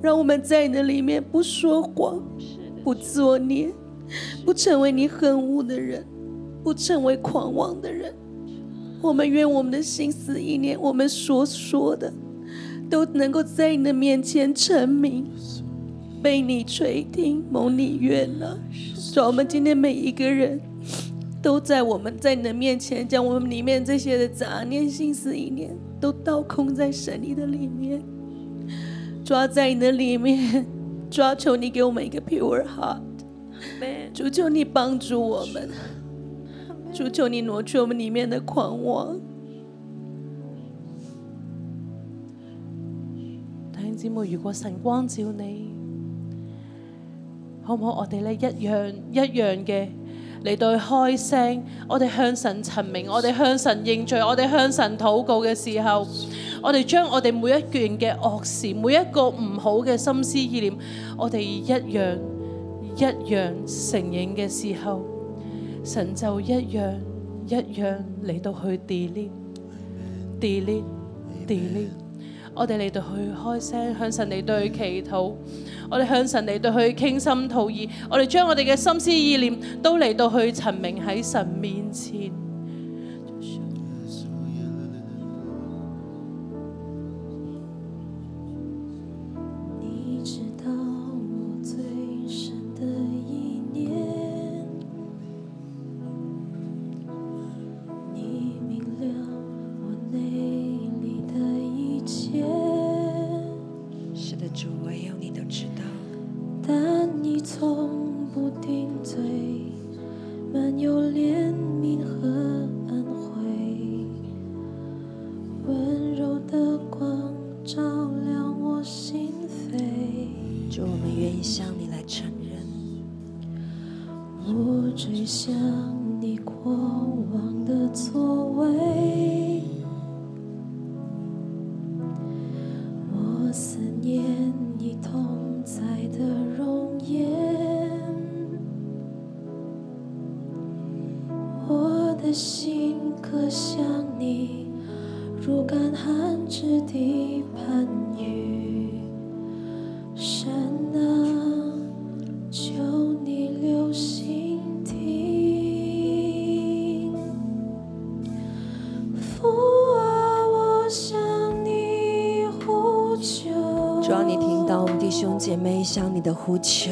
让我们在你的里面不说谎，不作孽。不成为你恨恶的人，不成为狂妄的人。我们愿我们的心思意念，我们所说的，都能够在你的面前成名，被你垂听，蒙你悦纳。主啊，我们今天每一个人，都在我们在你的面前，将我们里面这些的杂念、心思意念，都倒空在神你的里面，抓在你的里面，抓求你给我们一个 pure heart。主求你帮助我们，主求你挪去我们里面的狂妄。弟兄姊妹，如果神光照你，好唔好？我哋咧一樣一樣嘅嚟到去開聲，我哋向神陳明，我哋向神認罪，我哋向神禱告嘅時候，我哋將我哋每一件嘅惡事，每一個唔好嘅心思意念，我哋一樣一樣承認嘅時候，神就一樣一樣嚟到去 delete delete delete。我哋嚟到去開聲向神嚟到去祈禱，我哋向神嚟到去傾心吐意，我哋將我哋嘅心思意念都嚟到去陳明喺神面前。你知道我最深的一念，你明了我内里的一切，是的，主，唯有你都知道。但你从不定罪，满有怜悯和安慰，温柔的光照亮我心扉。主，我们愿意向你来承认，我追向你过往的座位，我思念你同在的容颜，我的心可想你，如干旱之地盼雨。神啊，求你留心听。父啊，我向你呼求。主啊要你听到我们弟兄姐妹向你的呼求，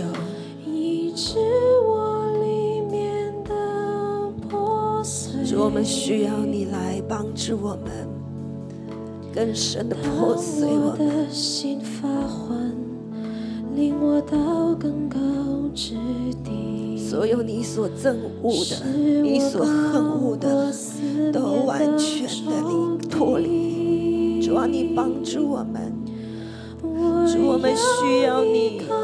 医治我里面的破碎。主，我们需要你来帮助我们，更深的破碎当我我们。的心发昏，领我到更高之地。所有你所憎恶是的、我你所恨恶把的我，思念都完全地仇离脱敌主要你帮助我们，主主我们需要你靠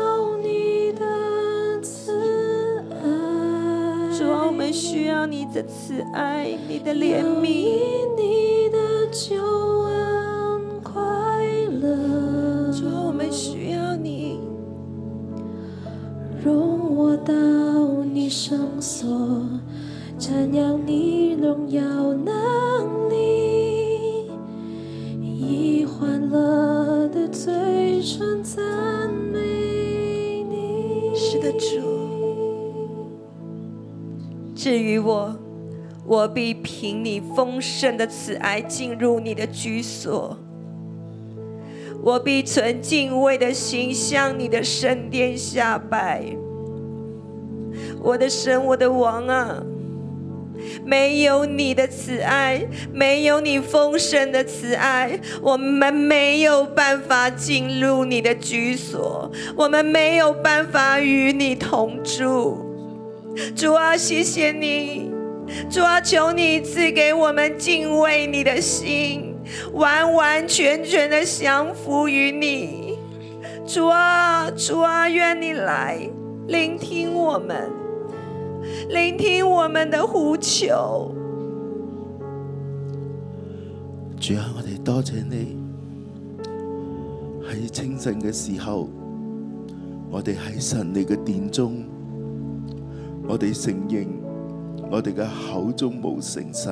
你的慈爱，主啊要我们需要你的慈爱、你的怜要悯。以你的救恩快乐，主要我们需要你，容我到你圣所，瞻仰你荣耀能力，以欢乐的嘴唇赞美你。是的，主。至于我，我必凭你丰盛的慈爱进入你的居所，我必存敬畏的心向你的圣殿下拜。我的神，我的王啊！没有你的慈爱，没有你丰盛的慈爱，我们没有办法进入你的居所，我们没有办法与你同住。主啊，谢谢你，主啊，求你赐给我们敬畏你的心，完完全全的降服于你。主啊，主啊，愿你来聆听我们。聆听我们的呼求。主啊，我哋多谢你喺清晨嘅时候，我哋喺神你嘅殿中，我哋承认我哋嘅口中冇诚实。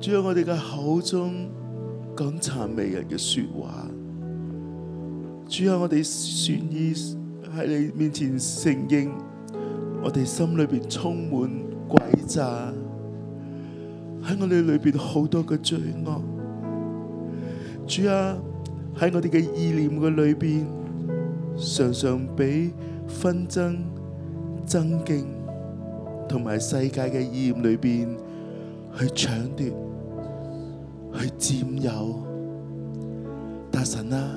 主啊，我哋嘅口中讲谄媚人嘅说话。主啊，我哋愿意喺你面前承认，我哋心里边充满诡诈。喺我哋里边好多嘅罪恶。主啊，喺我哋嘅意念嘅里边，常常俾纷争、争竞同埋世界嘅意念里边去抢夺、去占有。大神啊，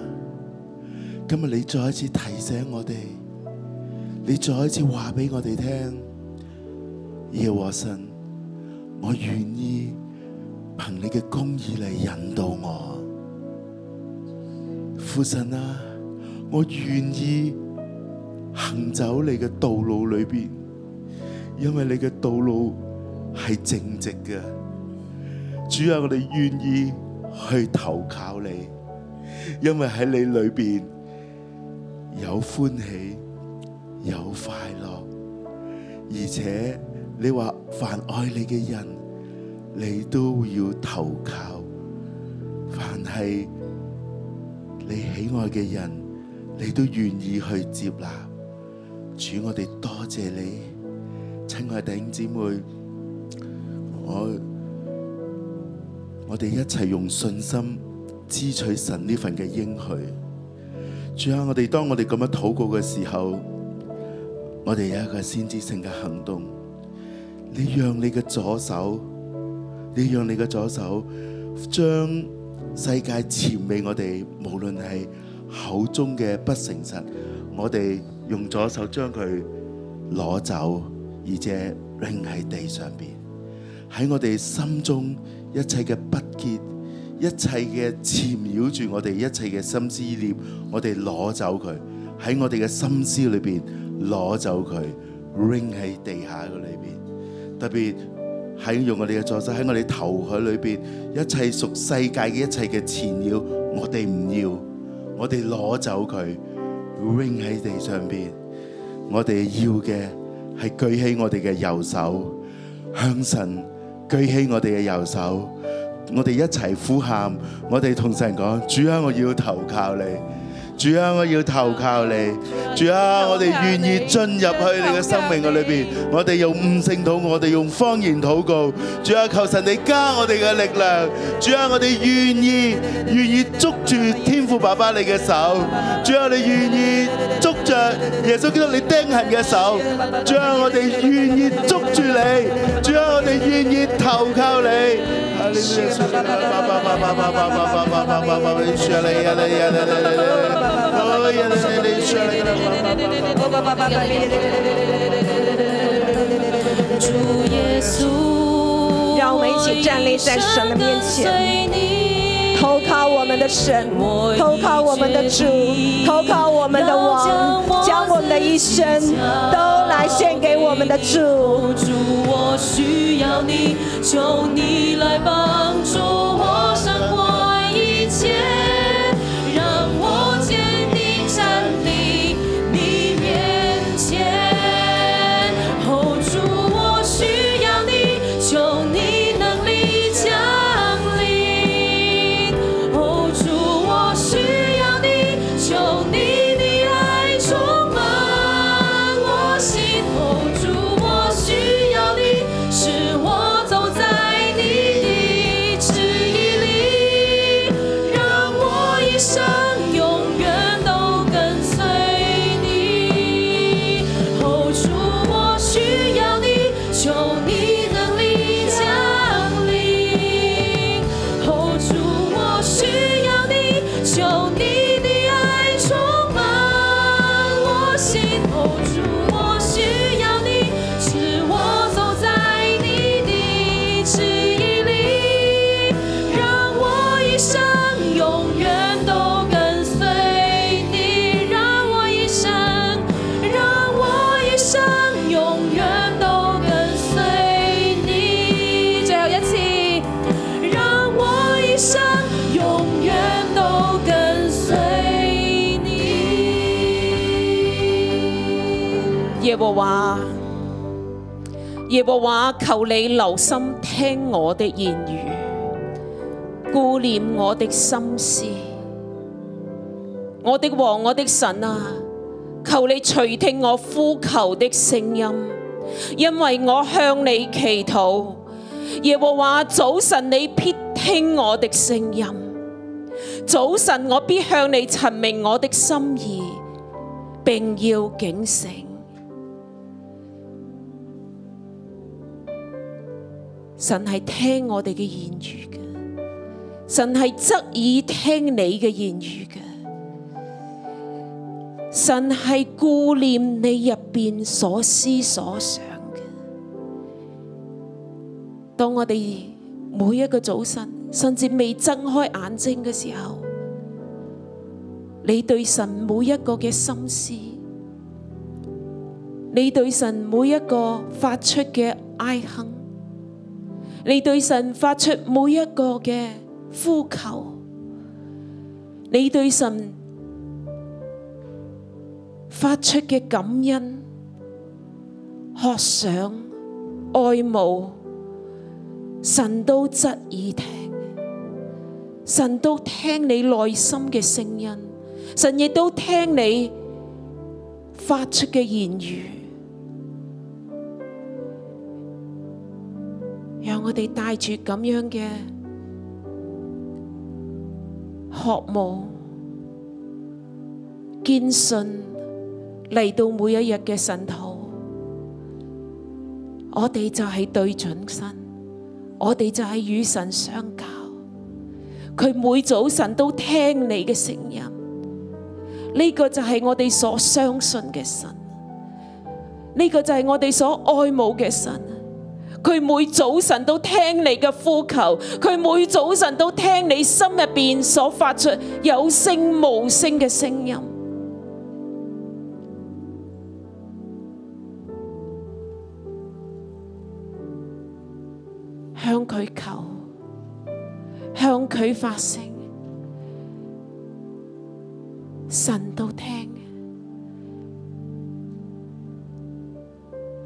今日你再一次提醒我哋，你再一次话俾我哋听，耶和華神。我愿意凭你嘅公义嚟引导我。父神啊，我愿意行走你嘅道路里边，因为你嘅道路系正直嘅。主啊，我哋愿意去投靠你，因为喺你里边有欢喜，有快乐。而且你话凡爱你嘅人，你都要投靠；凡系你喜愛嘅人，你都願意去接納。主，我哋多謝你，親愛弟兄姊妹，我我哋一齊用信心支取神呢份嘅應許。主啊，我哋當我哋咁樣禱告嘅時候，我哋有一個先知性嘅行動。你讓你嘅左手，你讓你嘅左手將世界潛美我哋，無論係口中嘅不誠實，我哋用左手將佢攞走，而且扔喺地上邊。喺我哋心中一切嘅不潔，一切嘅纏繞住我哋一切嘅心思意念，我哋攞走佢，喺我哋嘅心思裏邊攞走佢，扔喺地下嘅裏邊。特別喺用我哋嘅左手喺我哋頭海裏邊，一切屬世界嘅一切嘅纏繞，我哋唔要，我哋攞走佢，扔喺地上邊。我哋要嘅係舉起我哋嘅右手。向神舉起我哋嘅右手，我哋一齊呼喊，我哋同神講：主啊，我要投靠你。主啊，我要投靠你。主啊，我哋願意進入去你嘅生命嘅裏邊。我哋用悟性禱告，我哋用方言禱告。主啊，求神你加我哋嘅力量。主啊，我哋願意願意捉住天父爸爸你嘅手。主啊，你願意捉着耶穌基督你釘痕嘅手。主啊，我哋願意捉住你。主啊，我哋願意投靠你。哈利路亞主啊爸爸爸爸爸爸爸爸爸爸爸主啊你啊你啊你啊你啊你啊哦呀你你你主啊你啊爸爸爸爸爸主耶稣，让我们一起站立在神的面前，投靠我们的神，投靠我们的主，投靠我们的王，将我们的一生都来献给我们的主。主，我需要你，求你来帮助我胜过一切，让我坚定站立你面前。哦，主，我需要你，求你能力降临。哦，主，我需要你，求你的爱充满我心。哦，主，我需要你，使我走在你的旨意里，让我一生永远都跟随你。哦，主，我需要你，求你能力降临。哦，主，我需要你，求你的爱充满我心。哦，主，我需要你，使我走在你的旨意里，让我一生永远都跟随你，让我一生，让我一生永远都跟随你。最后一次。让我一生永远都跟随你。耶和華，耶和華，求你留心聽我的言語，顧念我的心思。我的王，我的神啊，求你垂聽我呼求的聲音，因為我向你祈禱。耶和華，早晨你必聽我的聲音，早晨我必向你陳明我的心意，並要警醒。神系听我哋嘅言语嘅，神系侧耳听你嘅言语嘅，神系顾念你入边所思所想嘅。当我哋每一个早晨，甚至未睁开眼睛嘅时候，你对神每一个嘅心思，你对神每一个发出嘅哀哼。你对神发出每一个嘅呼求，你对神发出嘅感恩、渴想、爱慕，神都质耳听，神都聽你內心嘅聲音，神亦都聽你發出嘅言語。讓我哋帶住咁樣嘅渴望、堅信嚟到每一日嘅神土，我哋就係對準神，我哋就係與神相交。佢每早晨都聽你嘅聲音，呢、個就係我哋所相信嘅神，呢、個就係我哋所愛慕嘅神。佢每早晨都聽你嘅呼求，佢每早晨都聽你心入邊所發出有聲無聲嘅聲音。向佢求，向佢發聲，神都聽，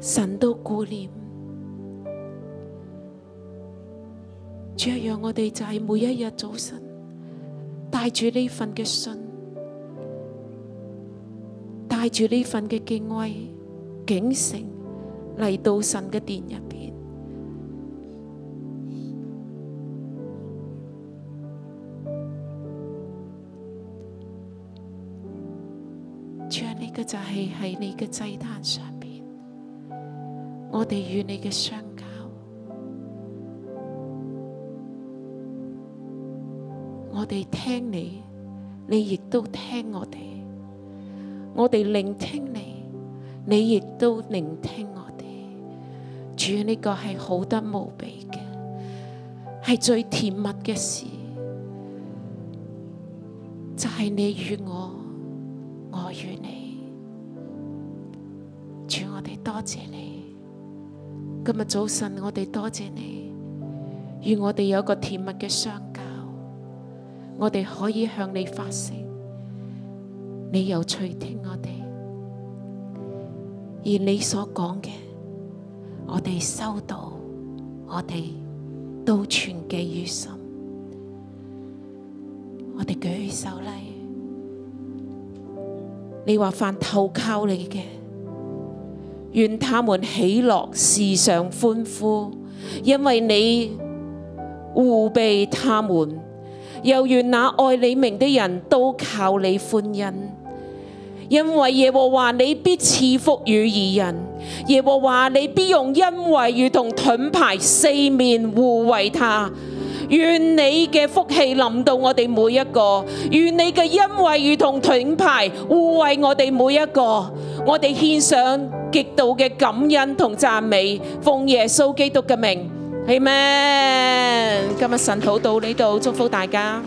神都顧念。主啊，讓我哋就係每一日早晨帶住呢份嘅信，帶住呢份嘅敬畏、警醒嚟到神嘅殿入邊。主啊，呢個就係喺你嘅祭壇上邊，我哋與你嘅相交。我哋聽你，你亦都聽我哋；我哋聆聽你，你亦都聆聽我哋。主呢、個係好得無比嘅，係最甜蜜嘅事，就係、你與我，我與你。主，我哋多謝你。今日早晨，我哋多謝你，與我哋有一個甜蜜嘅相交。我哋可以向你發聲，你又垂聽我哋，而你所講嘅，我哋收到，我哋都存記於心。我哋舉起手嚟，你話凡投靠你嘅，願他們喜樂，時常歡呼，因為你護庇他們。又願那愛你名的人都靠你歡欣，因為耶和華你必賜福與義人，耶和華你必用恩惠如同盾牌四面護衛他。願你嘅福氣臨到我哋每一個，願你嘅恩惠如同盾牌護衛我哋每一個。我哋獻上極度嘅感恩同讚美，奉耶穌基督嘅名，阿門。今日神禱到呢度，祝福大家。